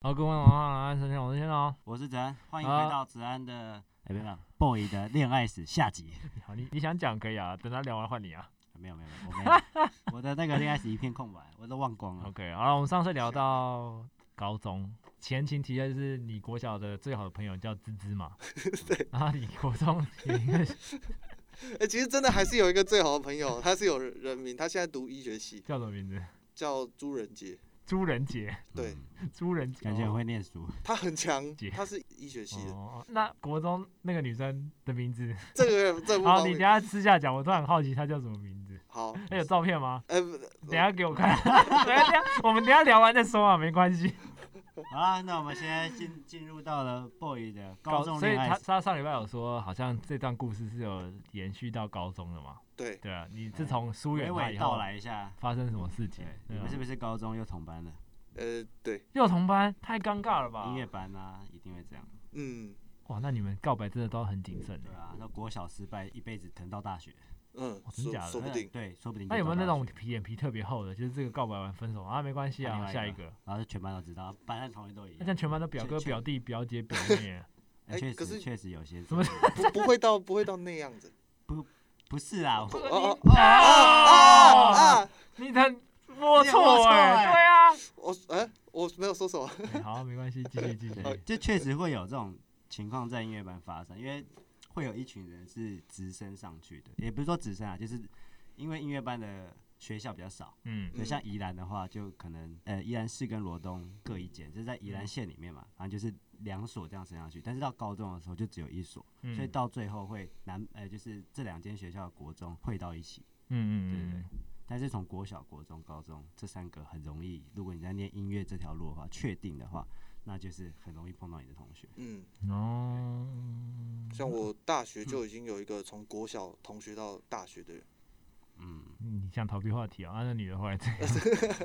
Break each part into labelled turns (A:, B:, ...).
A: 好，各位晚上安，首先我是先生。哦
B: 我是子安，欢迎
A: 好
B: 回到子安的哎，没有没有，boy 的恋爱史下集。
A: 你好，你你想讲可以啊，等他聊完换你啊。
B: 没有没有没有，我没 有，我的那个恋爱史一片空白，我都忘光了。
A: OK，好了，我们上次
B: 啊
A: 聊到高中，前情提要就是你国小的最好的朋友叫芝芝 嘛，对，然后你国中有一个
C: 哎、其实真的还是有一个最好的朋友，他是有人名，他现在读医学系，
A: 叫什么名字？
C: 叫朱仁杰。
A: 朱仁杰，
C: 对
B: 嗯，
A: 朱仁杰。
B: 感觉很会 念书。
C: 他很强
A: 杰，
C: 他是医学系的。
A: 哦，那国中那个女生的名字，
C: 这个 这不
A: 好，
C: 方
A: 你等一
C: 便。
A: 下私下讲，我突然很好奇她叫什么名字。
C: 好，
A: 那有照片 吗？
C: 哎、不
A: 等一下给我看， 等一下等一下，我们等一下聊完再说啊，没关系。
B: 好啦，那我们现在进进入到了 boy 的高中
A: 所以
B: 恋
A: 他
B: 爱史。
A: 他上礼拜有说，好像这段故事是有延续到高中的嘛？
C: 对，
A: 对啊，你自从疏
B: 哎
A: 远
B: 娓
A: 他
B: 娓
A: 以
B: 道
A: 后，
B: 来一下，
A: 发生什么事情
B: 对，？你
A: 对啊
B: 们是不是高中又同班了？
C: 呃，对，
A: 又同班，太尴尬了吧
B: 音？乐班啊，一定会这样，
C: 嗯
A: 哇，那你们告白真的都很谨慎的
B: 对。啊，那国小失败，一辈子疼到大学，
C: 嗯，
A: 哦真
C: 说
A: 假的
C: 说不
B: 那
C: 定。
B: 对，说不定就
A: 那有没有那
B: 到大
A: 种
B: 学
A: 皮眼皮特别厚的？就是这个告白完分手啊，没关系
B: 啊另
A: 啊，
B: 外一
A: 下
B: 个
A: 一个。
B: 然后就全班都知道，班上同学都一
A: 那像
B: 样。
A: 全班的表哥、
B: 全
A: 表弟、表姐、表妹 啊，
B: 哎
C: 哎
B: 确
C: 可
B: 实
C: 是
B: 确实有些
A: 怎么
B: 是
C: 不不会到不会到那样子。
B: 不是 啊？
C: 哦
A: 这个
C: 哦
A: 你
C: 啊
B: 哦
C: 啊
A: 啊！
C: 啊！
A: 你的摸
B: 你有
A: 错
B: 摸错
A: 哎，
B: 哎
A: 对啊。
C: 我哎、我没有说什么。
A: 哎
B: 欸
A: 好，没关系，继续继 续。
C: 好
B: 这哦确实会有这种情况在音乐班发生，因为会有一群人是直升上去的，也不是说直升啊，就是因为音乐班的学校比较少，
A: 嗯
B: 就像宜兰的话，就可能呃宜兰市跟罗东各一间，就是在宜
A: 嗯
B: 兰县里面嘛，反正就是两所这样升上去，但是到高中的时候就只有一所，
A: 嗯，
B: 所以到最后会南呃就是这两间学校的国中会到一起，
A: 嗯嗯
B: 对对
A: 嗯
B: 对。但是从国小、国中、高中这三个很容易，如果你在念音乐这条路的话，确定的话，那就是很容易碰到你的同学。
C: 嗯，
A: 嗯哦。
C: 像我大学就已经有一个从国小同学到大学的人，
B: 嗯，
A: 你想逃避话题啊？啊那女的后来怎样？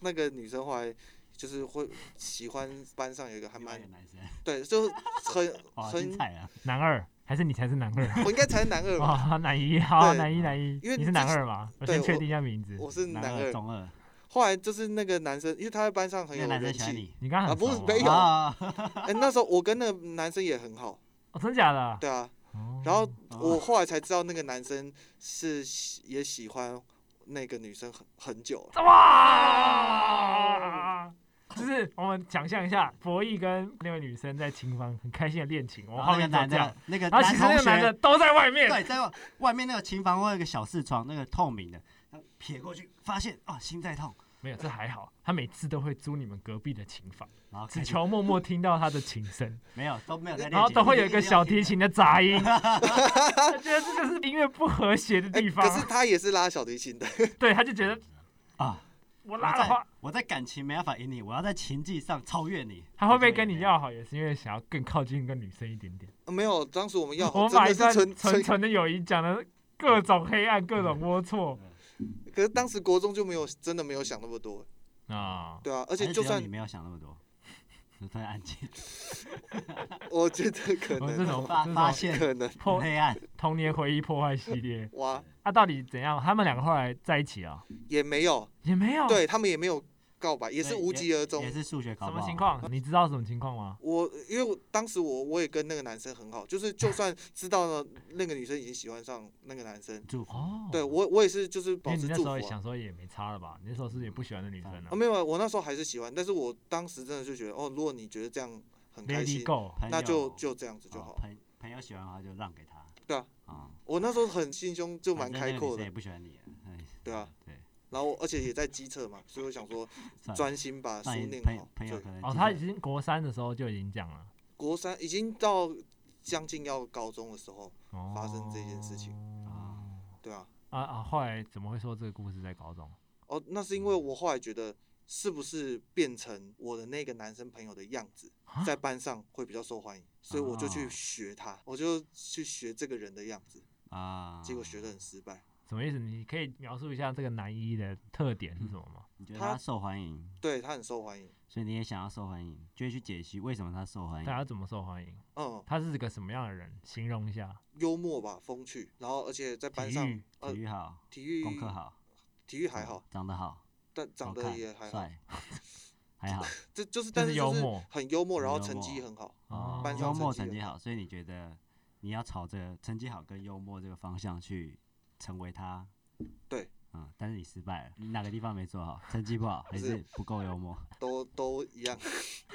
C: 那个女生后来就是会喜欢班上有一个还
B: 另外一
C: 蛮
B: 个男生，
C: 对，就是很
A: 哦
B: 哇，
C: 很
B: 精彩啊！
A: 男二还是你才是男 二？
C: 我应该才是男 二吧？
A: 哇，男一，好，
C: 对啊
A: 男一，男一，
C: 因为
A: 你是
C: 这
A: 男二嘛？我先
C: 对
A: 确
C: 我
A: 定一下名字。
C: 我是
B: 男
C: 男二。
B: 中二，
C: 后来就是那个男生，因为他在班上很
B: 那
C: 有
B: 个男
C: 人
B: 生喜欢
C: 气。
B: 你
A: 你刚刚
C: 啊
A: 很
C: 不
A: 熟
C: 是
A: 吗
C: 没有
B: 啊？
C: 哎、那时候我跟那个男生也很好，
A: 哦，真假的？
C: 对啊。
A: 哦
C: 然后我后来才知道那个男生是喜也喜欢那个女生很很久了。
A: 哇！就是我们想象一下，博弈跟那位女生在琴房很开心的恋情，我
C: 啊
B: 然
A: 后
B: 后那个
A: 面就
B: 男
A: 这样
B: 的，，那个
A: 然后其实那
B: 男同
A: 个男的
B: 学，
A: 都在外面，
B: 对，在外外面那个琴房外有个小视窗，那个透明的，然后撇过去发现哦，心在痛，
A: 没有，这还好，他每次都会租你们隔壁的琴房，
B: 然后
A: 只
B: 开始
A: 求默默听到他的琴声。
B: 没有都没有在练琴，
A: 然后都会有一个小提
C: 啊
B: 定
A: 琴的杂 音，他觉得这就是音乐不和谐的
C: 哎、
A: 地方啊
C: 可。是他也是拉小提琴的，
A: 对，他就觉得
B: 要啊。
A: 我
B: 我
A: 拉的话
B: 在，我在感情没办法赢你，我要在琴技上超越你。
A: 他会不会跟
C: 哎
A: 你要好，也是因为想要更靠近跟女生一点点。
C: 呃没有，当时我们要
A: 我
C: 好
A: 们
C: 真
A: 把
C: 的
A: 一段
C: 是纯
A: 纯
C: 纯，
A: 纯的友谊讲的各种黑暗、各种龌龊
C: 可是当时国中就没有真的没有想那么多，
A: 啊。
C: 对啊，而
B: 而
C: 且就算
B: 你没有想那么多， 你突然安静，
C: 我觉得可
A: 我哦们这
C: 能啊
A: 种这
B: 发发
A: 种
B: 现
C: 可能
A: 破
B: 黑暗，
A: 童年回忆破坏系列，
C: 哇
A: 他到底怎样？他们两个后来在一起啊？
C: 也没有，
A: 也没有。
C: 对他们也没有告白，
B: 哦
C: 也
B: 也
C: 是无疾而终
B: 也。是数学考
A: 什
B: 不
A: 么
B: 好
A: 情？况？你知道什么情况吗？
C: 我因为我当时我我也跟那个男生很好，就是就算知道了那个女生已经喜欢上那个男生，
B: 祝福。
A: 哦，
C: 对我我也是就是
A: 因
C: 保
A: 为
C: 持
A: 你那
C: 祝
A: 时
C: 福
A: 候也
C: 啊、
A: 想说也没差了吧？你那时候是不是也不喜欢那女生
C: 啊。
A: 啊
C: 没有，我那时候还是喜欢，但是我当时真的就觉得，哦，如果你觉得这样很开
A: ？Lady
C: 心，
A: Go，
B: 朋
C: 那就
B: 友
C: 就这样子就
B: 哦
C: 好。
B: 朋朋友喜欢的话就让给他。
C: 对啊。
B: 啊、
C: 我那时候很心胸就蛮
B: 反正那
C: 开
B: 个
C: 阔
B: 女生
C: 的
B: 也，不喜欢你啊。哎
C: 对啊，
B: 对，
C: 然后而且也在机测嘛，所以我想说
B: 算了
C: 专心把书
B: 那你
C: 念
B: 朋
C: 好。
B: 朋友
C: 对，
B: 可能啊
A: 哦，
B: 记
A: 他
B: 得
A: 已经国三的时候就已经讲了。
C: 国三已经到将近要高中的时候，
A: 发
C: 发生这件事情
B: 啊
C: 对啊，
A: 哦啊啊！后来怎么会说这个故事在高中？
C: 哦，那是因
B: 嗯
C: 为我后来觉得是不是变成我的那个男生朋友的样子
A: 啊，
C: 在班上会比较受欢迎，所以我就去
B: 哦
C: 学他，我就去学这个人的样子，
B: 啊，
C: 结果学的很失败。
A: 什么意思？你可以描述一下这个男一的特点是什么吗？
B: 你觉得
C: 他
B: 他受欢迎，
C: 对他很受欢迎，
B: 所以你也想要受欢迎，就会去解析为什么他受欢
A: 大家
B: 迎。
A: 怎么受欢迎？
C: 嗯，
A: 他是个什么样的人？形容一下。
C: 幽默吧，风趣，然后而且在班
A: 体
C: 上
A: 育
C: 呃
B: 体育好，
C: 体育
B: 功课，好，嗯
C: 体育还好，，
B: 长得好，
C: 但长
B: 好
C: 得
B: 看
C: 也还好，
B: 帅，还好，
C: 这就是
A: 就
C: 但
A: 是
C: 是
A: 幽
C: 就是
A: 默
C: 很幽默，然后
B: 很幽
C: 成
B: 默
C: 绩也很好。
A: 啊，
C: 班上
B: 嗯幽默哦
C: 成绩
B: 成绩
C: 也
B: 好，所以你觉得你要朝着成绩好跟幽默这个方向去成为他。
C: 对。
B: 嗯，但是你失败了，你哪个地方没做好？成绩不 好，还
C: 是
B: 是不够幽 默？
C: 都都一 样，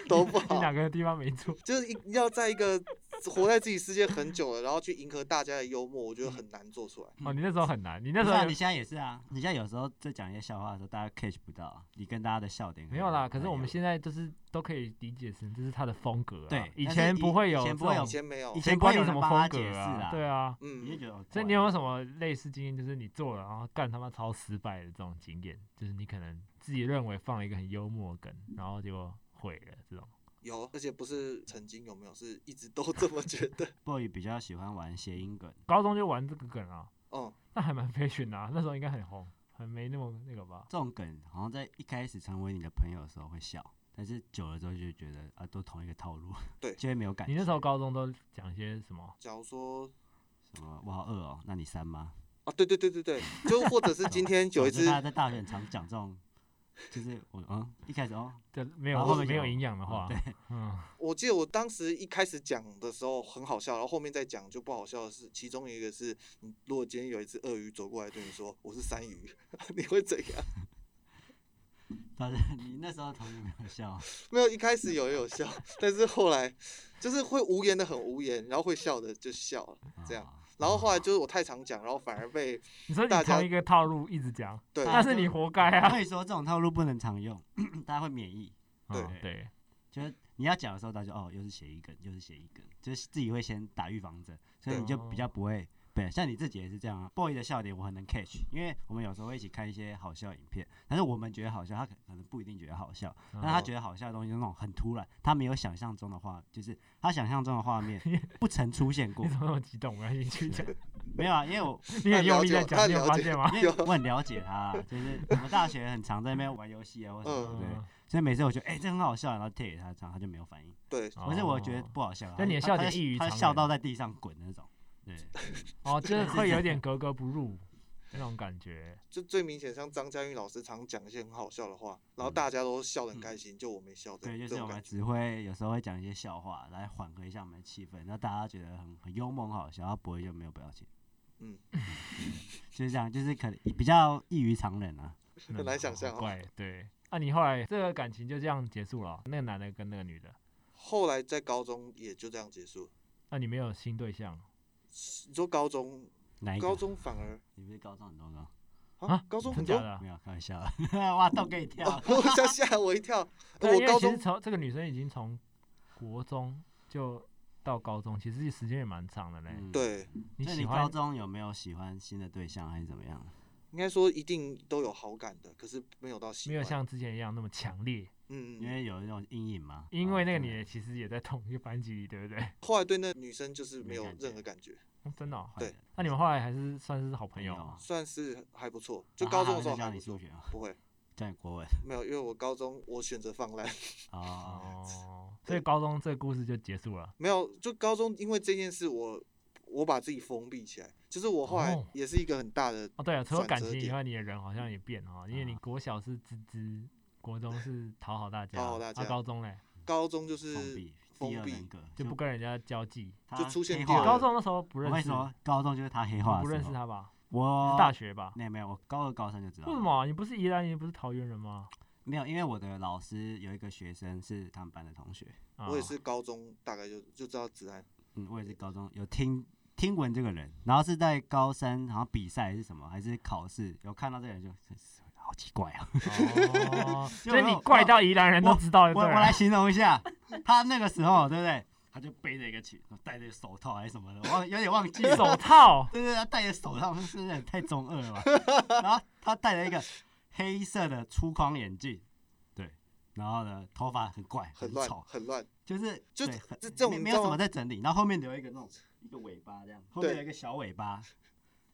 C: 都不
A: 你
C: 好
A: 哪，个地方没做？
C: 就是一要在一个活在自己世界很久了，然后去迎合大家的幽默，我觉得很难做出来。
A: 哦，你那时候很难，你那
B: 不
A: 时
B: 是啊
A: 候
B: 你现在也是啊，你现在有时候在讲一些笑话的时候，大家 catch 不到啊，你跟大家的笑点
A: 没有 啦。可是我们
B: 现
A: 现在就是都可以理解成这是他的风格啊。
B: 对
A: 以
B: 但是
A: 前
B: 以
A: 不会有
B: 以
A: 这
B: 前不会有
A: 种
C: 以，前没有
B: 嗯以，
A: 谁
B: 前
A: 管
B: 不
A: 你
B: 会有
A: 什
B: 人
A: 么
B: 帮
A: 风
B: 他
A: 格
B: 解释
A: 啊？
B: 啦
A: 对啊，
B: 你就
C: 嗯，
B: 觉得，哦
A: 所以你有没有什么类似经验，就是你做了然后干他妈超失败的这种经验？就是你可能自己认为放了一个很幽默的梗，然后结果毁了这种。
C: 有，而且不是曾经有没有，是一直都这么觉得。
B: boy 比较喜欢玩谐音梗？
A: 高中就玩这个梗啊，
C: 嗯，
A: 那还蛮 fashion 的啊，那时候应该很红，很没那么那个吧？
B: 这种梗好像在一开始成为你的朋友的时候会笑，但是久了之后就觉得啊，都同一个套路，
C: 对
B: 就会没有感觉。
A: 你那时候高中都讲一些什么？
C: 假如说
B: 什么？我好饿哦，那你删吗？
C: 啊，对对对对对，就或者是今天有 一
B: 导致
C: 只
B: 大家在大学很常讲这种，就是我嗯一开始哦，
A: 这没有
B: 然后后面
A: 没有
B: 就
A: 营养的
B: 哦
A: 话，
B: 对，
A: 嗯，
C: 我记得我当时一开始讲的时候很好笑，然后后面再讲就不好笑的是，其中一个是，你如果今天有一只鳄鱼走过来对你说我是山鱼， 你会怎样？
B: 导致你那时候同学没有笑，
C: 没有，一开始有也有笑， 但是后来就是会无言的很无言，然后会笑的就笑了，这样
B: 啊。
C: 然后后来就是我太常讲，然后反而被
A: 你说你
C: 大家
A: 同一个套路一直讲，
C: 对
A: 那是你活该啊。
B: 哎 所以说这种套路不能常用， 大家会免疫。
C: 对
A: 嗯对，
B: 就是你要讲的时候，大家就哦，又是谐音梗，又是谐音梗，就是自己会先打预防针，所以
C: 对
B: 你就比较不会。对，像你自己也是这样啊。boy 的笑点我很能 catch，因为我们有时候会一起看一些好笑影片，但是我们觉得好笑，他可可能不一定觉得好笑，
A: 嗯
B: 但他觉得好笑的东西就是那种很突然，他没有想象中的画，就是他想象中的画面不曾出现 过
A: 你。怎么那么激动？我要进去讲，
B: 没有啊，因为我
A: 你很
C: 那了
A: 用力
C: 解
A: 在
C: 我
A: 讲，
C: 那
A: 你有
C: 了
A: 发
C: 解
A: 现吗？
B: 因为我很了解他啊，就是我们大学很常在那边玩游戏啊或什么，对不对
A: 嗯？
B: 所以每次我觉得哎、这很好笑，然后贴给他，这样他就没有反应。
C: 对
B: 可是我觉得
A: 哦
B: 不好笑啊。
A: 那你的
B: 他
A: 笑
B: 他
A: 点
B: 是
A: 异于
B: 他
A: 常
B: 笑
A: 人
B: 到在地上滚的那种。对，
A: 哦，就是会有点格格不入那种感觉。
C: 就最明显，像张嘉韵老师常讲一些很好笑的话，然后
B: 嗯
C: 大家都笑得很开心，就我没笑，
B: 对，
C: 这
B: 就是
C: 种
B: 我们
C: 感觉。
B: 只会有时候会讲一些笑话来缓和一下我们的气氛，让大家觉得很很幽默、很好笑，然后不会就没有表情。
C: 嗯，
B: 就是这样，就是可能比较异于常人啊。
A: 嗯
C: 很难想象
A: 好
C: 哦
A: 怪，对。那、你后来这个感情就这样结束了哦、那个男的跟那个女的，
C: 后来在高中也就这样结束。
A: 那你没有新对象？哦
C: 你说高中，
B: 哪一
C: 高
B: 个？
C: 中反而
B: 你不是高中很多个？
A: 啊
C: 啊，高中
A: 真
C: 很
A: 假
C: 多，
A: 的啊？
B: 没有，开玩笑啊， 挖洞给你跳。
C: 我吓吓我一 跳。
A: 对啊
C: 我
A: 因为
C: 高
A: 其实
C: 中
A: 从这个女生已经从国中就到高中，其实时间也蛮长的嘞。
B: 嗯，
C: 对，
A: 你
B: 所以
A: 喜
B: 你高
A: 欢
B: 中有没有喜欢新的对象还是怎么样？
C: 应该说一定都有好感的，可是没有到喜
A: 没有
C: 欢。
A: 像之前一样那么强烈？
C: 嗯，
B: 因
C: 嗯嗯
B: 为有那种阴影嘛。
A: 因
B: 啊
A: 为那个
B: 对
A: 女的其实也在同一个班级里，对不对？
C: 后来对那女生就是
B: 没
C: 没有
B: 感觉
C: 任何感觉，
A: 哦真的哦、
B: 坏
C: 对
B: 人
A: 那你们后来还是算是好朋
B: 朋友
A: 友
B: 啊
A: 哦？
C: 算是还不错。就
B: 啊
C: 高
B: 他还
C: 中的时
B: 在
C: 候
B: 教
C: 还不
B: 你数
C: 错，
B: 学啊，
C: 不会
B: 教你国文啊
C: 没有，因为我高中我选择放烂，
B: 哦。
A: 哦，所以高中这个故事就结束了。
C: 没有，就高中因为这件事我我把自己封闭起来，就是我后来
A: 哦
C: 也是一个很大的
A: 哦，对了，除了
C: 转
A: 感
C: 折
A: 情以
C: 点嗯
A: 外，你的人好像也变哦，因为你
B: 啊
A: 国小是吱吱，国中是讨好大家，
C: 讨好大
A: 啊、
C: 家
A: 高中嘞
C: 高中就
B: 封
C: 是
B: 闭，
C: 封
B: 第二
C: 闭
B: 人格
A: 就不跟人家交际。哦
B: 他
C: 就出现
B: 黑
C: 第
B: 化
C: 二
B: 了
C: 个
A: 高中的时候不
B: 我
A: 认
B: 跟你
A: 识，
B: 说，高中就是他黑
A: 你
B: 化的
A: 不
B: 时
A: 认识
B: 候。哦
A: 他吧？
B: 我
A: 是大学吧？
B: 没有没有，我高二高三就知道。
A: 为什？么？啊你不是宜兰，你不是桃园人吗？
B: 没有，因为我的老师有一个学生是他们班的同学，
A: 啊
C: 我也是高中大概就就知道子安，
B: 嗯，我也是高中有听听闻这个人，然后是在高三好像比赛还是什么，还是考试有看到这个人就，好奇怪啊！
A: 哦，所
B: 有
A: 以
B: 没
A: 你
B: 有
A: 怪
B: 我
A: 到宜兰人都知道就
B: 我
A: 哎对啊
B: 我
A: 了
B: 来形容一下，他那个时候对不对？他就背着一个琴，戴着手套还是什么的，我忘有点忘记了。
A: 手套，
B: 对对，他戴着手套，是不是太中二了吧？然后他戴了一个黑色的粗框眼镜，对，然后呢，头发很怪，
C: 很乱
B: 丑，
C: 很乱，
B: 就是
C: 就
B: 对很
C: 这这种
B: 没
C: 你
B: 没
C: 知
B: 有
C: 道
B: 什
C: 吗
B: 么在整理，然后后面留一个那种一个尾巴这样，后面
C: 对
B: 有一个小尾巴，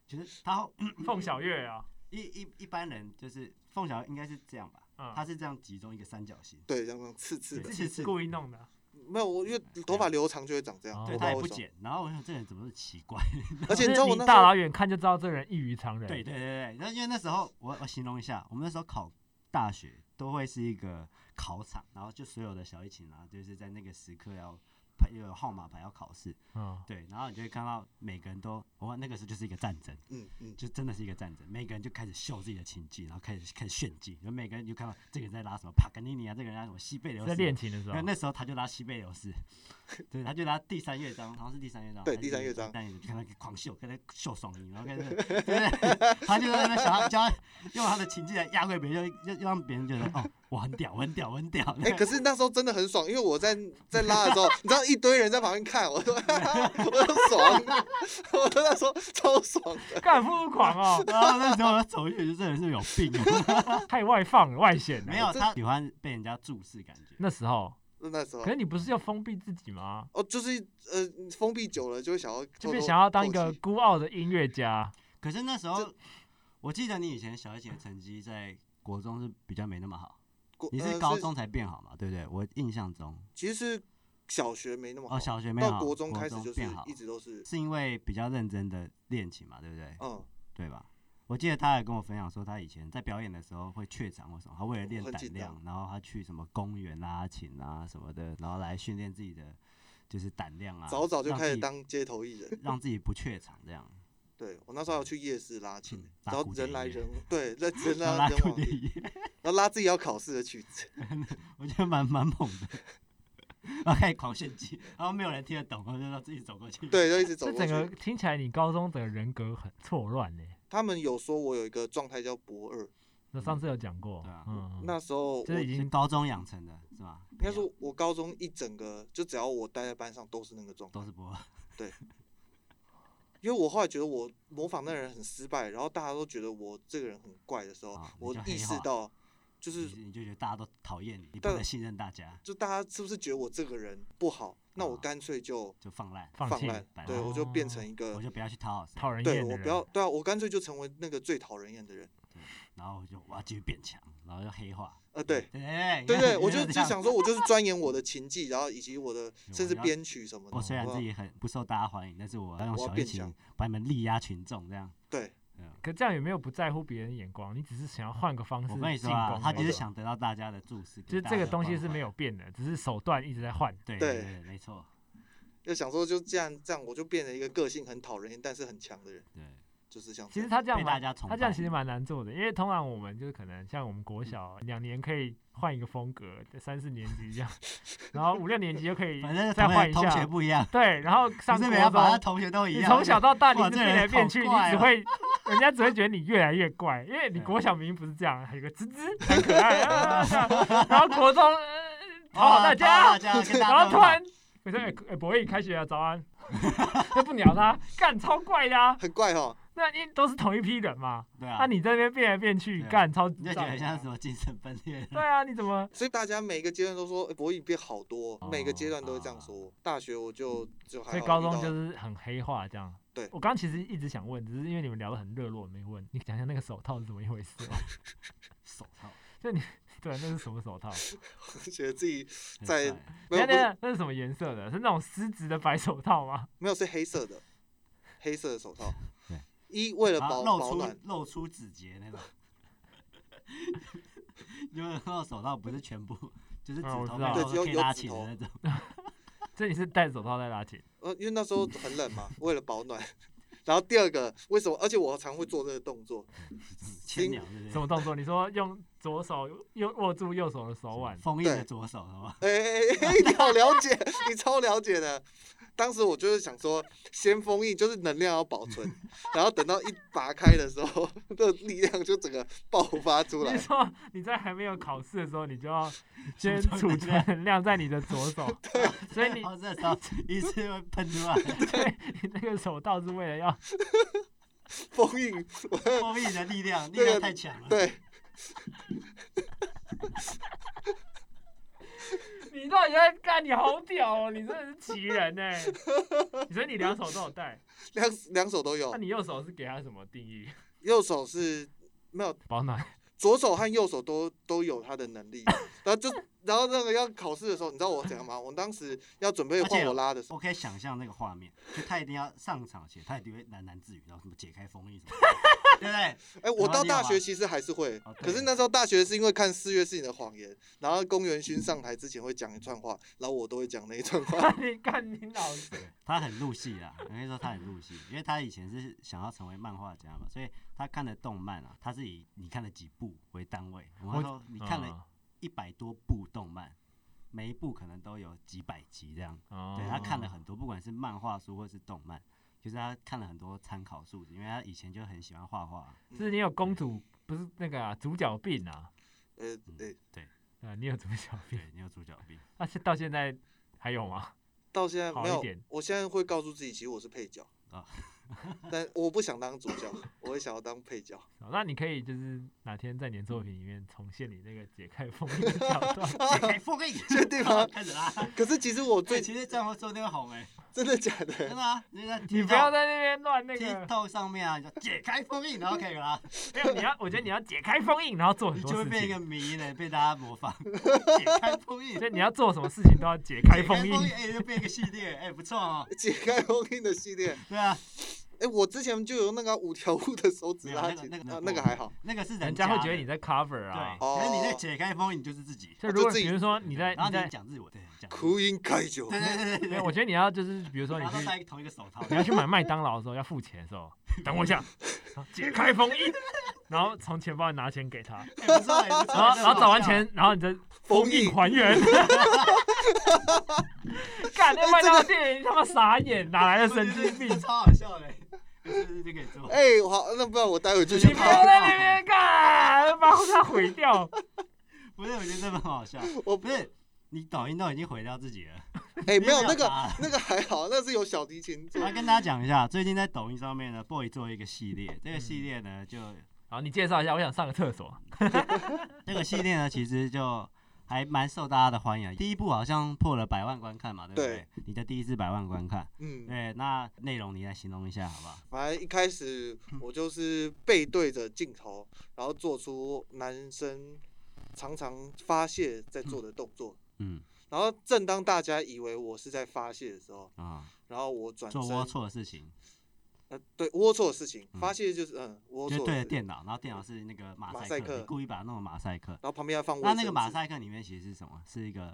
B: 就是他后
A: 凤小月啊，
B: 一一一般人就是凤小应该是这样吧，
A: 嗯，
B: 他是这样集中一个三角形，
C: 对，这样刺刺
B: 对
C: 的
A: 自，
B: 这
A: 己
B: 是
A: 故意弄的，
C: 没有我因为头发留长就会长这样，
A: 哦
C: 我
B: 对
C: 不知
B: 他
C: 道
B: 也
C: 为
B: 不
C: 什么，
B: 剪，然后我想这人怎么是奇怪？
C: 而且
A: 就是
C: 你知道我
A: 你
C: 那时
A: 大
C: 候
A: 老远看就知道这人异于常人，
B: 对对对对，那因为那时候我我形容一下，我们那时候考大学都会是一个考场，然后就所有的小一琴啊，就是在那个时刻要排有号码牌要考试，
A: 嗯，
B: 对，然后你就会看到每个人都，哇，那个时候就是一个战争，
C: 嗯嗯，
B: 就真的是一个战争，每个人就开始秀自己的琴技，然后开始开始炫技，然后每个人就看到这个人在拉什么帕格尼尼啊，这个人拉什么西贝流
A: 在
B: 斯，
A: 练琴的时候
B: 没有，那时候他就拉西贝流 斯，对，他就拉第三乐章，好像是第三乐章，
C: 对
B: 还是
C: 第三乐
B: 第
C: 章
B: 但你就看他狂秀，跟他秀爽音，然后跟他对对对， 他就在那边想要教他用他的情境来压过别人，就就让别人觉得哦，我很屌，我很屌，我很屌。，
C: 哎、可是那时候真的很爽，因为我在在拉的时候，你知道一堆人在旁边看，我说 我都爽， 我那时候超爽的，
A: 干不如狂哦
B: 然后那时候我走进去就真的是有病哦，
A: 太外放了，外显了。
B: 没有他喜欢被人家注视感觉。
A: 那时
C: 哦
A: 候，
C: 那时候
A: 可是你不是要封闭自己吗？
C: 哦，就是呃封闭久了就会想要
A: 就
C: 偷
A: 变
C: 偷
A: 想要当一
C: 偷
A: 个
C: 袭
A: 孤傲的音乐家，
B: 可是那时
C: 这
B: 候，我记得你以前小一姐的成绩在国中是比较没那么好，
C: 国
B: 你
C: 呃
B: 是高中才变好嘛，对不对？我印象中，
C: 其实是小学没那么好，
B: 哦，小学没有
C: 到
B: 好，
C: 国中开始就是
B: 变好
C: 一，直都是
B: 是因为比较认真的练琴嘛，对不对？
C: 嗯，
B: 对吧？我记得他还跟我分享说，他以前在表演的时候会怯场或什么，他为了练
C: 很
B: 胆
C: 紧张
B: 量，然后他去什么公园拉琴啊什么的，然后来训练自己的就是胆量啊，
C: 早早就
B: 让
C: 开始
B: 自己
C: 当街头艺人。
B: 让自己不怯场这样。
C: 对我那时候还有去夜市拉琴
B: 嗯，拉
C: 然后
B: 古典
C: 人来
B: 音乐
C: 人往对，啊人人
B: 然后
C: 来
B: 拉
C: 人
B: 出
C: 往
B: 电
C: 地，
B: 影，
C: 然后拉自己要考试的曲子。
B: 我觉得蛮蛮猛的。然后开始狂炫技，然后没有人听得懂，然后就让自己走过去。，
C: 对，就一直走
A: 这
C: 过
A: 整个
C: 去。
A: 听起来你高中整个人格很错乱呢。
C: 他们有说我有一个状态叫博二，
A: 那上次有讲过
B: 对啊，
A: 嗯，
C: 那时候我
A: 就是已
C: 应
B: 是
A: 经
B: 高中养成的，是吧？应
C: 该说我高中一整个，就只要我待在班上都是那个状态
B: 都。是播，
C: 因为我后来觉得我模仿那人很失败，然后大家都觉得我这个人很怪的时候
B: 啊，你
C: 我
B: 就黑
C: 意识
B: 化
C: 到，就是
B: 你你就觉得大家都讨厌你，你不
C: 但
B: 能信任大家，
C: 就大家是不是觉得我这个人不好？那我
B: 啊
C: 干脆就
B: 就放烂，
A: 放
C: 放
A: 弃
C: 烂
B: 摆，
C: 对
B: 烂
C: 我就变成
A: 哦
C: 一个
B: 我，就不要去讨好谁，
A: 讨人厌
C: 对
A: 的
C: 我
A: 人，
C: 不要，对啊，我干脆就成为那个最讨人厌的人。
B: 然后我就我要继续变强，然后就黑化。
C: 呃，对，
B: 对对
C: 对对，
B: 啊你看
C: 我就
B: 这
C: 就
B: 样
C: 想说，我 就是钻研我的琴技，然后以及我的
B: 我
C: 甚至
B: 要
C: 编曲什么的。
B: 我虽然
C: 我
B: 自己很不受大家欢迎，但是我要用
C: 我
B: 小
C: 要
B: 提
C: 变
B: 琴
C: 强
B: 把你们力压群众，这样。
C: 对
A: 可这样也没有不在乎别人眼光，你只是想要换个方式
B: 我
A: 进
B: 跟你说
A: 攻
B: 啊，
A: 而
B: 他
A: 已
B: 就是想得到大家的注视，
A: 就是
B: 给大
A: 这
B: 家
A: 个
B: 的
A: 东西
B: 关
A: 是
B: 怀
A: 没有变的，只是手段一直在换。
B: 对对
C: 对
B: 对，没错，
C: 就想说，就这样这样，我就变成一个个性很讨人厌，但是很强的人，
B: 对，
C: 就是像
A: 其实他这样
B: 被大
A: 蛮，
B: 家崇
A: 他
B: 拜。
A: 这样其实蛮难做的，因为通常我们就是可能像我们国小两年可以换一个风格，三四年级这样，然后五六年级就可以
B: 反正
A: 再
B: 同
A: 换
B: 学
A: 一
B: 同学
A: 下，
B: 不一样，
A: 对，然后上
B: 不是
A: 国
B: 每个把他
A: 中，
B: 同学都一
A: 你
B: 样。
A: 从小到大你
B: 哇
A: 是
B: 这
A: 变
B: 人
A: 来变
B: 好
A: 去，你
B: 怪
A: 只
B: 哦
A: 会。人家只会觉得你越来越 怪，因为你
B: 对
A: 国小明明不是这样，还有个滋滋很可爱，啊这样然后国中呃讨好大家，
B: 哇哦讨好大啊家跟大家
A: 然后
B: 都
A: 突然，我说哎哎博弈开学了，早安， 就不鸟他，干超怪的啊！
C: 很怪哈。
A: 那因为都是同一批人嘛，
B: 对
A: 那、
B: 啊，
A: 你这边变来变去，
B: 对啊
A: 干超
B: 你
A: 智
B: 就觉得
A: 障。
B: 像什么精神分裂。
A: 对啊，你怎么？
C: 所以大家每个阶段都说，哎，博弈变好多哦，每个阶
B: 哦
C: 段都会这样
B: 啊
C: 说。大学我就就
A: 嗯
C: 还
A: 所以
C: 好
A: 高
C: 遇
A: 中
C: 到
A: 就是很黑化这样。
C: 对
A: 我刚刚其实一直想问，只是因为你们聊得很热络，没问你讲一下那个手套是怎么一回事哦？
B: 手套，
A: 对，啊那是什么手套？
C: 觉得自己
B: 很
C: 在
B: 帅
C: 没
A: 等一下
C: 有不
A: 等一下，那
C: 是
A: 是什么颜色的？是那种丝质的白手套吗？
C: 没有是黑色的，黑色的手套
B: 对。
C: 一为了
A: 啊
B: 然
C: 保
B: 后
C: 保
B: 露
C: 暖
B: 出，露出指节那种。因为那手套不是全部，就是指
A: 嗯我
B: 头
A: 知道
B: 被
A: 对
B: 头
C: 只有
B: 可以
C: 有
B: 拉
C: 指
B: 起的
C: 头
B: 那种。
A: 所以你是戴着手套在拉琴？
C: 呃，因为那时候很冷 嘛，为了保暖。 然后第二个为什么？而且我常会做这个动作，
B: 千鸟对不
A: 什
B: 对？
A: 么动作？你说用左手右握住右手的手腕，
B: 封印的
C: 对
B: 左手，好吗？
C: 哎哎哎哎，你好了解， 你超了解的。当时我就是想说，先封印就是能量要保存，然后等到一拔开的时候，那个力量就整个爆发
A: 你
C: 出来
A: 是。说你在还没有考试的时候，你就 要先
B: 储
A: 储存
B: 存
A: 能量在你的左手，
B: 啊
A: 所以你
B: 然 后这时候一次会喷出 来，
A: 对你那个手套是为了 要
C: 封印，
B: 封印的力量，力
C: 对
B: 量太强了。
C: 对，
A: 你到底在干？你好屌哦！你真的是奇人 呢、所以你两手都有戴，
C: 两两手都有
B: 哦
A: 那，你右手是给他什么定义？
C: 右手是没有，
A: 保暖。
C: 左手和右手都都有他的能力。然后就，然后那个要考试的时候，你知道我怎样吗？我当时要准备
B: 而且
C: 换我拉的时候，
B: 我可以 想象那个画面，就他一定要上场前，他一定会喃喃自语，然后什么解开封印什么不对？
C: 哎，我
B: 然后
C: 到
B: 你有
C: 大
B: 吗
C: 学其实还是会
B: 哦，
C: 可是
B: 对
C: 那时候大学是因为看《四月是你的谎言》，然后公园勋上台之前会讲一串话，然后我都会讲那一 串话。
A: 你看你老师，
B: 他很入戏 啦，我跟你说他很入戏，因为他以前是想要成为漫画家嘛，所以他看的动漫啊，他是以你看了几部为单位。我跟他说你看
A: 嗯啊
B: 了一百多部动漫，每一部可能都有几百集这样。
A: 嗯，
B: 对他看了
A: 哦
B: 很多，不管是漫画书或是动漫，就是他看了很多参考数值，因为他以前就很喜欢画啊画。
A: 是你有公主不是那个啊，主角病啊，
C: 呃，对，
A: 啊，你有主角病，
B: 嗯对，你有主角病，
A: 那、是到现在还有吗？
C: 到现在
A: 好
C: 没
A: 一
C: 有
A: 点，
C: 我现在会告诉自己，其实我是配角
B: 啊
C: 但我不想当主 角，我会想要当配角。
A: 哦那你可以就是哪天在你的作品里面重现你那个解开封印的桥段，
B: 解封印，
C: 确定吗
B: 开始拉。
C: 可是其实我
B: 对，
C: 最
B: 哎其实这样会说那个红哎，
C: 真的假
B: 真
C: 的？
B: 的啊，你在
A: 你不要在那边乱那个，
B: TikTok 上面啊，你就解开封印，然后可以啦，
A: 没有你要，我觉得你要解开封印，然后做很
B: 你
A: 多
B: 就会
A: 事
B: 变一
A: 情
B: 个，迷呢，被大家模仿。解开封印，
A: 所以你要做什么事情都要解开
B: 解
A: 封印。
B: 哎，就变一个系列，哎，不错哦。
C: 解开封印的系列，
B: 对啊，
C: 哎，我之前就有那个五条悟的手指
B: 没有
C: 拉
B: 那个
C: 紧，
B: 那个
C: 啊
B: 不
C: 那个
B: 会
C: 还好。
B: 那个是
A: 人
B: 家
A: 家会
B: 的
A: 觉得你在 cover 啊
B: 对，。可是你在解开封印，你就是自己。
A: 就
C: 哦
A: 如
C: 就
A: 果
C: 自己
A: 比如说你在
B: 然后
A: 你
B: 你
A: 在，
B: 讲日文，对，讲日文
C: 苦音开酒，
B: 对对对
A: 没
B: 对
A: 有，我觉得你要就是比如说你
B: 对，然后
A: 去
B: 都戴同一个手套。
A: 你要去买麦当劳的时候要付钱的时候，等我一下，然后解开封印，然后从钱包里拿钱给他，
B: 哎不错哎不错
A: 然后
B: 这
A: 然后
B: 很
A: 找
B: 好
A: 完
B: 笑
A: 钱，然后你的
C: 封
A: 封
C: 印
A: 印还原。 干那麦当劳店员他妈傻眼，哪来的神经病？
B: 超好笑的，是不是就可以做？
C: 哎，好，那不然我待会就
B: 直
A: 你
C: 去
B: 接
A: 不
C: 拍
A: 要。在那边干，把它毁掉。
B: 不是，我觉得这蛮好笑。
C: 我
B: 不是，你抖音都已经毁掉自己了。
C: 哎，没有那个
B: 个。
C: 那个还好，那是有小提琴
B: 我
C: 做
B: 要。跟大家讲一下，最近在抖音上面呢，boy 做一个系列，这个系列呢，就
A: 好，你介绍一下，我想上个厕所。
B: 这个系列呢，其实就还蛮受大家的欢迎。啊第一部好像破了百万观看嘛，对不对？你的第一次百万观看，
C: 嗯，
B: 对，那内容你来形容一下好不好？
C: 反正一开始
B: 嗯
C: 我就是背对着镜头，然后做出男生常常发泄在做的动作。
B: 嗯
C: 然后正当大家以为我是在发泄的时候，
B: 啊，
C: 然后我转身
B: 做龌龊的事情，
C: 呃，对龌龊的事情，
B: 嗯
C: 发泄就是嗯龌
B: 就
C: 龊
B: 对着
C: 的事，
B: 电脑，然后电脑是那个马
C: 马
B: 赛
C: 赛克
B: 克，你故意把它弄成马赛克。
C: 然后旁边还放卫
B: 那
C: 生
B: 那个马
C: 纸
B: 赛克里面其实是什么？是一个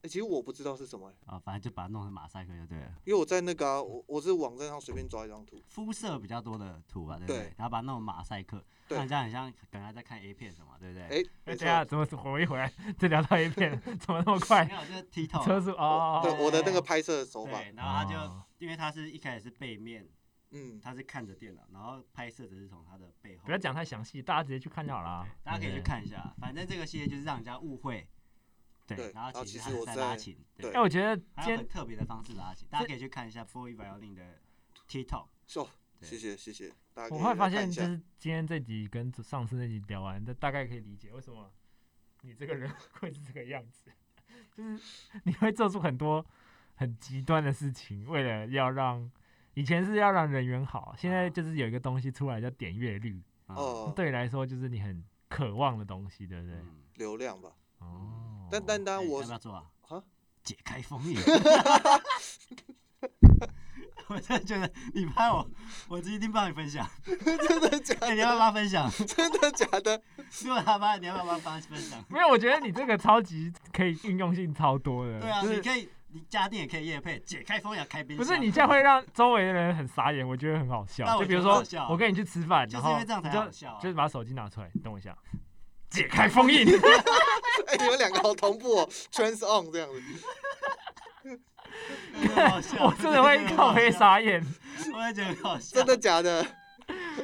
C: 诶其实我不知道是什么、诶
B: 啊、反正就把它弄成马赛克就对了。
C: 因为我在那个啊、我我是网站上随便抓一张图，
B: 肤色比较多的图吧，对不对？
C: 对
B: 然后把它弄成马赛克，
C: 对
B: 那人家很像感觉在看 A 片什么，对不对？啊
C: 哎、
A: 哎，等
C: 没
A: 一下
C: 错，
A: 怎么回一回来就聊到一遍，怎么那么快
B: 没？有，就是 T 头。
A: 车速哦，
C: 对我的那个
A: 哦
C: 拍摄的手法，
B: 对，然后他就、
A: 哦
B: 因为他是一开始是背面，
C: 嗯，
B: 他是看着电脑，然后拍摄的是从他的背后。
A: 不要讲太详细，大家直接去看就好了啊
B: 对，。大家可以去
A: 对。
B: 看一下。反正这个系列就是让人家误会，对，
C: 对
B: 然
C: 然后
B: 后其
C: 其
B: 实他
C: 实
B: 是
C: 我
B: 在
C: 在
B: 拉琴，
C: 对
A: 哎，我觉得
B: 还有
A: 今
B: 很特别的方式拉琴，大家可以去看一下 f o r y Violin 的 T 头。
C: 秀、
B: 对
C: 谢谢谢谢，大家可
A: 我
C: 以
A: 会
C: 来
A: 发
C: 看
A: 现，
C: 一
A: 就
C: 下
A: 是今天这集跟上次那集聊完，大大概可以理解为什么你这个人 会是这个样子，就是你会做出很多很极端的事情，为了要让以前是要让人缘好，现在
B: 啊
A: 就是有一个东西出来叫点阅率，
B: 嗯
C: 哦、
A: 对你来说就是你很渴望的东西，对不对？
B: 嗯
C: 流量吧，
A: 哦，
C: 但但当
B: 哎
C: 然我
B: 要不要做啊？
C: 啊，
B: 解开封印。我真的觉得你拍我，我一定帮你分享。
C: 真的假
B: 哎、你要不要帮他分享？
C: 真的假的？
B: 如果他帮，你要不要帮他分享？
A: 没有，我觉得你这个超级可以运用性超多
C: 嗯
A: 的，
B: 对啊，
A: 就是
B: 你可以，你家电也可以夜配，解开封印要开冰
A: 不
B: 箱。
A: 是你这样会让周围的人很傻眼，我觉得很好笑
B: 但。我
A: 就比如
B: 觉得
A: 说
B: 好笑，啊
A: 我跟你去吃饭，
B: 就
A: 然
B: 是因
A: 后
B: 为这样
A: 你
B: 才
A: 就
B: 好笑、啊。
A: 就是把手机拿出来，等我一下，解开封印。
C: 哎、你们两个好同步哦，trans on 这样子。
B: 很好 笑，
A: 我真的会靠背
B: 悲伤，
A: 傻眼。
B: 我会觉得很好笑。
C: 真的假的？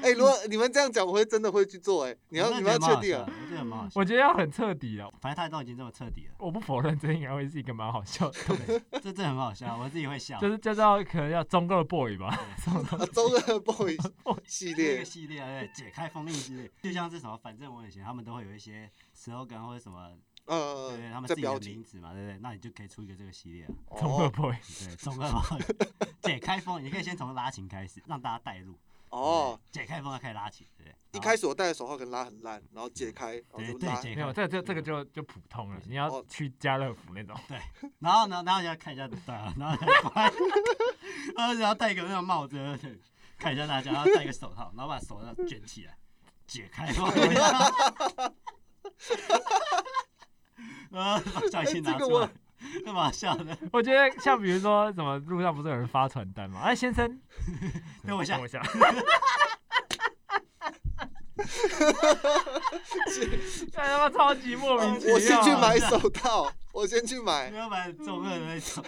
C: 哎、如果你们这样讲，我会真的会去做、哎，你要你们要确定
B: 啊！。
C: 啊
B: 我觉得蛮好笑
A: 我，觉得要很彻底啊，
B: 反正他都已经这么彻底了，
A: 我不否认，这应该会是一个蛮好笑的，
B: 这真的很好笑，我自己会笑。
A: 就是叫做可能叫中二 boy 吧。
C: 啊， 周二 boy 系
B: 这
C: 列
B: 个，系列，哦对，解开封印系列，就像是什么，反正我以前他们都会有一些 slogan 或者什么，对对，他
C: 呃，
B: 们自
C: 这
B: 己
C: 标
B: 的
C: 题
B: 名字嘛，对不对？那你就可以出一个这个系列啊，
A: 中二
C: 哦
A: boy，
B: 对，中二嘛， 解开封，你可以先从拉琴开始，让大家带入。
C: 哦，
B: 对，解开封要开始拉琴，对不对？
C: 一开
B: 始，
C: 始我戴的手套可能拉很烂，然后解开，然后
B: 对
C: 就
B: 对，
C: 拉，
B: 解
A: 没有
B: 开，
A: 这个这个这个就就普通了。你要
C: 哦
A: 去家乐福那种，
B: 然后呢，然后就要看一下，对啊，然后就要看然后就要戴一个那种帽子，对看一下大家，然后戴一个手套，然后把手套卷起来，解 开我的味道。啊，把小心拿
C: 这个
B: 出来
C: 我，
B: 干嘛笑的？
A: 我觉得像比如说，什么路上不是有人发传单吗？哎，先生，
B: 等我一下
A: 等我一 下，哎他妈超级莫名其妙。
C: 哦我先去买
B: 一下
C: 手套，我先去
B: 不
C: 买，
B: 要买中二的那种。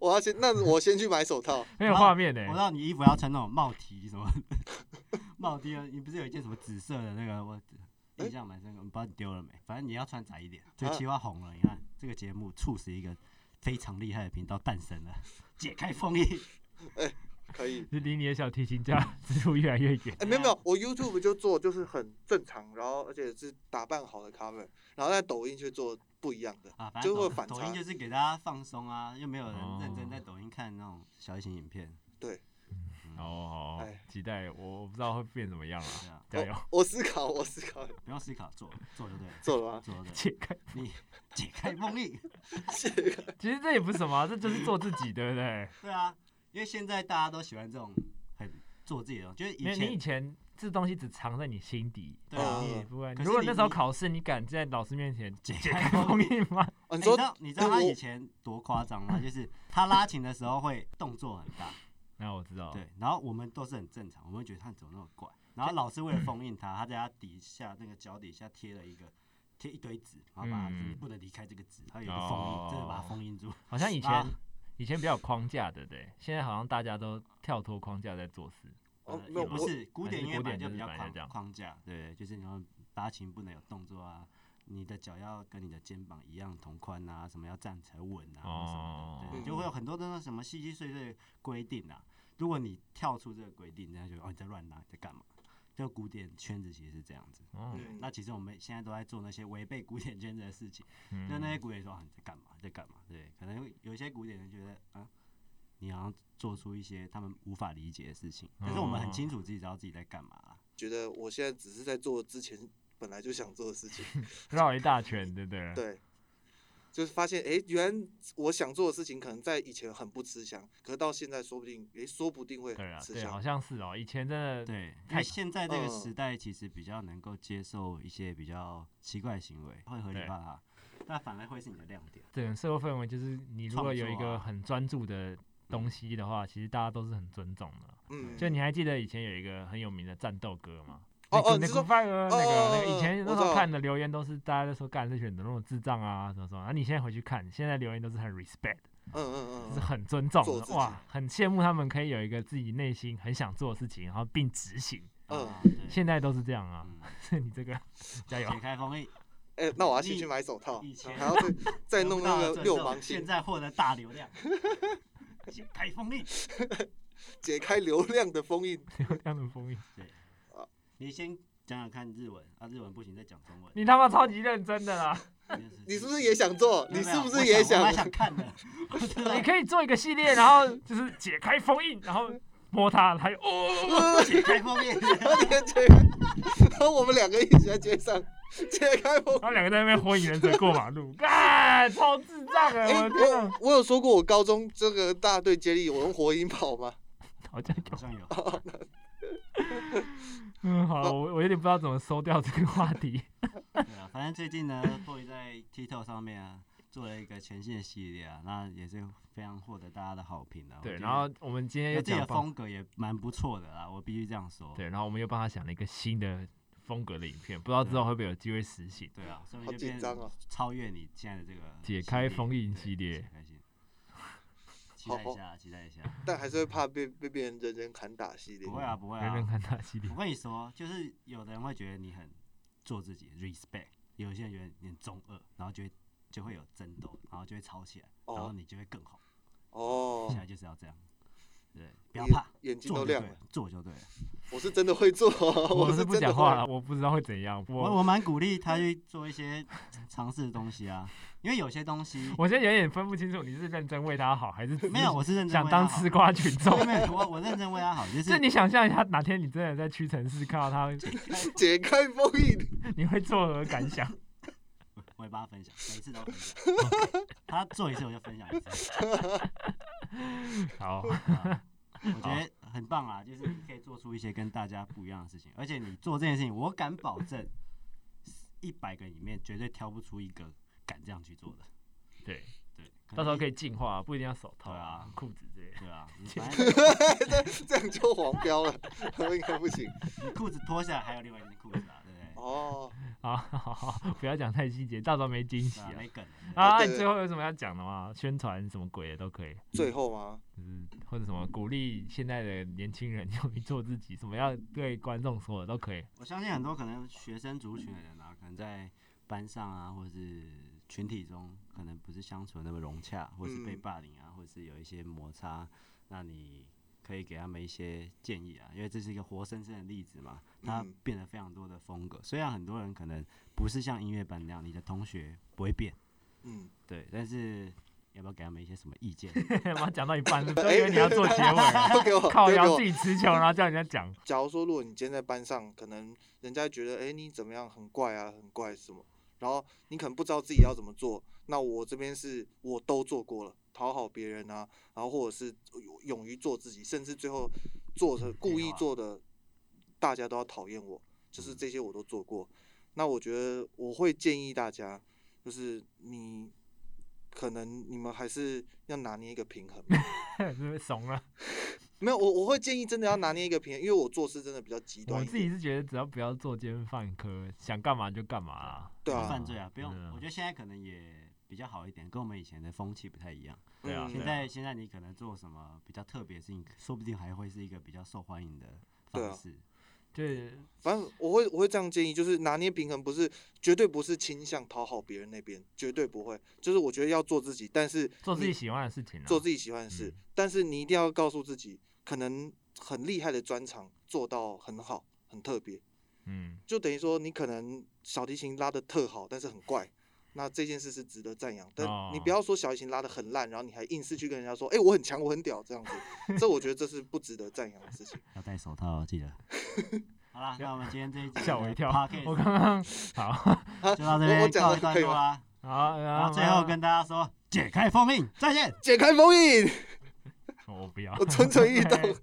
C: 我要先，那我先去买手套。
A: 很有画面欸呢、
B: 我知道你衣服要穿那种帽 T 什么的 帽 T 啊，你不是有一件什么紫色的那个？我印象蛮深刻，我不知道你丢了没。反正你要穿窄一点。这个
C: 啊
B: 企划红了，你看这个节目促使一个非常厉害的频道诞生了，解开封印。
C: 可以。
A: 就离你的小提琴家之路越来越远。
C: 哎、没有
B: 嗯
C: 没有，我 YouTube 就做就是很正常，然后而且是打扮好的 cover，然后在抖音却做不一样的。
B: 啊，反正
C: 就会
B: 抖
C: 有反
B: 抖音
C: 差
B: 就是给大家放松啊，又没有人认真
A: 哦
B: 在抖音看那种小提琴影片，嗯
A: 哦，好
C: 哎
A: 期待我我不知道会变怎么样了，
B: 对
A: 加
B: 啊，
A: 油！
C: 我思考，我思考，
B: 不用思考，做做就对了，
C: 做了吗？
B: 做就对了，
A: 解开，
B: 你解开封印，
A: 其实这也不是什么啊，这就是做自己，对不对？
B: 对啊，因为现在大家都喜欢这种很做自己的东西，就是
A: 因为
B: 以
A: 你以
B: 前
A: 前这东西只藏在你心底，
B: 对啊
C: 嗯
A: 你也不管。
B: 可是
A: 如果
B: 你
A: 那时候
B: 你
A: 考试，你敢在老师面前
B: 解
A: 解
B: 开
A: 开
B: 封
A: 封
B: 印。
A: 印吗？
C: 啊、
B: 欸
C: 你
B: 你
C: 说
B: 知道你知道他
C: 我
B: 以前多夸张 吗？就是他拉琴的时候会动作很大，
A: 那我知道，
B: 对，然后我们都是很正常，我们会觉得他怎么那么怪。然后老师为了封印他，他在他底下那个脚底下贴了一个贴一堆纸，然后把他
A: 嗯
B: 你不能离开这个纸，他有一个封印，真的把它封印住。
A: 好像以前、
B: 啊
A: 以前比较有框架，对不对？现在好像大家都跳脱框架在做事。
C: 哦
B: 呃，
C: 没有
B: 也不
C: 我
B: 是古典音乐本来就比较
A: 还是古典就是本来就这样
B: 框框架，对，就是你要拉琴不能有动作啊，你的脚要跟你的肩膀一样同宽啊，什么要站起来稳啊，或什么的，
A: 哦
B: 对，就会有很多的那什么细细碎碎的规定啊。如果你跳出这个规定，人家就觉得哦你在乱拉，你在干嘛？就古典圈子其实是这样子。
A: 哦，
C: 嗯
B: 那其实我们现在都在做那些违背古典圈子的事情，
A: 嗯
B: 就那些古典人说啊你在干嘛，你在干嘛？对，可能有一些古典人觉得啊，你好像做出一些他们无法理解的事情，
A: 嗯
B: 但是我们很清楚自己知道自己在干嘛啦。
C: 觉得我现在只是在做之前本来就想做的事情，
A: 绕一大圈，对不对？
C: 对，就是发现哎、诶原来我想做的事情可能在以前很不吃香，可是到现在说不定哎、诶说不定会
A: 对啊，
C: 很吃
A: 对，好
C: 香。
A: 像是哦。以前真的，
B: 对，因
A: 太
B: 为现在这个
C: 嗯
B: 时代其实比较能够接受一些比较奇怪的行为，会合理
A: 对
B: 化它，那反而会是你的亮点。
A: 整个社会氛围就是，你如果有一
B: 创作
A: 个
B: 啊
A: 很专注的东西的话，其实大家都是很尊重的。
C: 嗯，
A: 就你还记得以前有一个很有名的战斗歌吗？
C: 哦哦，你
A: 那
C: 是
A: 个
C: 说
A: 那个啊那
C: 哦
A: 个
C: 哦
A: 那个，以前
C: 哦
A: 那时
C: 我知
A: 候
C: 道
A: 看的留言都是大家都说干这选择那种智障啊什么什么，然后你现在回去看，现在留言都是很 respect，
C: 嗯嗯
A: 就
C: 嗯
A: 是
C: 嗯，
A: 很尊重
C: 做
A: 的
C: 自己
A: 哇，很羡慕他们可以有一个自己内心很想做的事情，然后并执行。
C: 嗯
B: 啊对
A: 现在都 是这样啊，
B: 嗯，
A: 你这 个加油
B: 解开封印，
C: 哎、那我要先
B: 以
C: 去买手套
B: 以，前
C: 还要再
B: 得
C: 再弄
B: 不到
C: 那
B: 的
C: 个
B: 尊
C: 六
B: 重
C: 芒
B: 现
C: 星，
B: 在获得大流量，解开封印。
C: 解开流量的封印。
A: 这样的封印，
B: 你先讲讲看日文啊，日文不行再讲中文。
A: 你他妈超级认真的啦！
C: 你是不是也想做？
B: 没
C: 你
B: 有没
C: 是
B: 有
C: 不
B: 我
C: 是也
B: 想？我蛮？
C: 想
B: 想看 的。我 真的
A: 你可以做一个系列，然后就是解开封印，然后摸它，还有哦，
B: 解开封印，
C: 天解开，然后我们两个一起在街上解开封。
A: 然后两个在那边火影忍者过马路，干超智障哎！
C: 哎、
A: 我的天啊
C: 我，我有说过我高中这个大队接力，我用火影跑吗？
A: 好像有
B: 好像有。
A: 嗯，
B: 哦
A: 好，我我有点不知道怎么收掉这个话题。
B: 对啊，反正最近呢，霍宇在 TikTok 上面啊做了一个全新的系列啊，那也是非常获得大家的好评的、啊。
A: 对，
B: 我觉得
A: 然后我们今天
B: 有
A: 又
B: 自己
A: 讲
B: 的
A: 帮
B: 风格也蛮不错的啦，我必须这样说。
A: 对，然后我们又帮他想了一个新的风格的影片，不知道之后
B: 嗯
A: 会不会有机会实行。
B: 对啊，所以
C: 好
B: 就
C: 紧
B: 变
C: 张哦
B: 超越你现在的这个
A: 解
B: 系
A: 开
B: 列
A: 封印
B: 对
A: 系列
B: 解开系列期待
C: 好
B: 一下，期待一下。
C: 但还是会怕被被别人人人砍打系列
B: 不。会啊，不会
A: 人
B: 啊
A: 人。看他系 列
B: 我，跟你说，就是有的人会觉得你很做自己，respect；有些人觉得你很中二，然后就会就会有争斗，然后就会吵起来，然后
C: 哦
B: 你就会更好。
C: 哦
B: 现，在就是要这样，对，不要
C: 眼
B: 怕，
C: 眼睛
B: 做
C: 都
B: 就对
C: 亮了
B: 了。，做就对了。
C: 我是真的会做，啊
A: 我
C: 是
A: 是不
C: 真的
A: 讲话
B: 啊
A: 了，
C: 会。
A: 我不知道会怎样。
B: 我
A: 我
B: 我蛮鼓励他去做一些尝试的东西啊，因为有些东西
A: 我现在有点分不清楚，你是认真为他好，还是只
B: 没有，我是认真
A: 想
B: 为他
A: 当
B: 好
A: 吃瓜群众
B: 没有？没有，我我认真为他 好，就 是
A: 你想象一下，哪天你真的在屈臣氏看到他，
C: 解开封印，
A: 你会作何感 想？
B: 我也帮他分享，每次都分享。他做一次我就分享一次。
A: 好，
B: 啊我觉得很棒啊，就是你可以做出一些跟大家不一样的事情，而且你做这件事情，我敢保证，一百个里面绝对挑不出一个敢这样去做的。
A: 对，
B: 对，
A: 到时候可
B: 以。
A: 以进化，不一定要手套
B: 对啊
A: 裤子之类的。
B: 对啊，你反正
C: 这样就黄标了， 应该不行。
B: 你裤子脱下来还有另外一件裤子啊，对不对？
C: 哦，
A: 好好好，不要讲太细节，到时候没 惊喜
B: 对啊，
A: 啊。
B: 没梗了。对
A: 啊，
C: 对
A: 你
C: 对
A: 最后有什么要讲的吗？宣传什么鬼的都可以，
C: 最后吗？
A: 就是或者什么鼓励现在的年轻人 勇于做自己，什么要对观众说的都可以。
B: 我相信很多可能学生族群的人啊，可能在班上啊，或者是群体中，可能不是相处得那么融洽，或是被
C: 嗯
B: 霸凌啊，或是有一些摩擦，那你可以给他们一些建议啊，因为这是一个活生生的例子嘛，它
C: 嗯
B: 变得非常多的风格。虽然很多人可能不是像音乐班那样，你的同学不会变，
C: 嗯，
B: 对，但是要不要给他们一些什么意 见？
A: 妈讲到一半，都
C: 哎
A: 以为你要做结
B: 啊
A: 尾，
C: 丢给我，
A: 靠
C: 丢给
A: 腰
C: 我
A: 自。己持球，然后叫人家讲。
C: 假如说，如果你今天在班上，可能人家觉得，哎、你怎么样，很怪啊，很怪什么，然后你可能不知道自己要怎么做。那我这边是我都做过了，讨好别人啊，然后或者是勇勇于做自己，甚至最后做成故意做的，大家都要讨厌我，就是这些我都做过。那我觉得我会建议大家，就是你可能你们还是要拿捏一个平衡。
A: 是不是怂了？
C: 没有，我我会建议真的要拿捏一个平衡，因为我做事真的比较极端
A: 我
C: 一
A: 自
C: 点。
A: 己是觉得只要不要做奸犯科，想干嘛就干嘛啦。
C: 对啊
B: 犯罪啊，不用
A: 对啊。
B: 我觉得现在可能也比较好一点，跟我们以前的风气不太一样。
A: 对啊
C: 嗯
B: 现在现在你可能做什么比较特别的事情，说不定还会是一个比较受欢迎的
C: 对
B: 方
C: 啊
B: 式。
A: 就是
C: 反正我会我会这样建议，就是拿捏平衡，不是绝对不是倾向讨好别人那边，绝对不会。就是我觉得要做自己，但是
A: 做自己
C: 你
A: 喜欢的事情啊。
C: 做自己喜欢的事，
A: 嗯
C: 但是你一定要告诉自己，可能很厉害的专长做到很好，很特别，
A: 嗯，
C: 就等于说你可能小提琴拉的特好，但是很怪。那这件事是值得赞扬，但你
A: 哦
C: 不要说小提琴拉的很烂，然后你还硬是去跟人家说，哎、我很强，我很屌这样子，这我觉得这是不值得赞扬的事情。
B: 要戴手套哦，记得。好 啦，那我们今天这一集
A: 吓我一跳
B: p o c。
A: 我
B: a
A: 刚刚好，
C: 啊
B: s 就到这
C: 我我
B: 边
C: 讲
B: 告
C: 的
B: 一段
C: 可以
B: 落
C: 吗？
B: 啦。
A: 好，然
B: 然后最后跟大家说，解开封印，再见。
C: 解开封印，
A: 我不要，
C: 我蠢蠢欲动。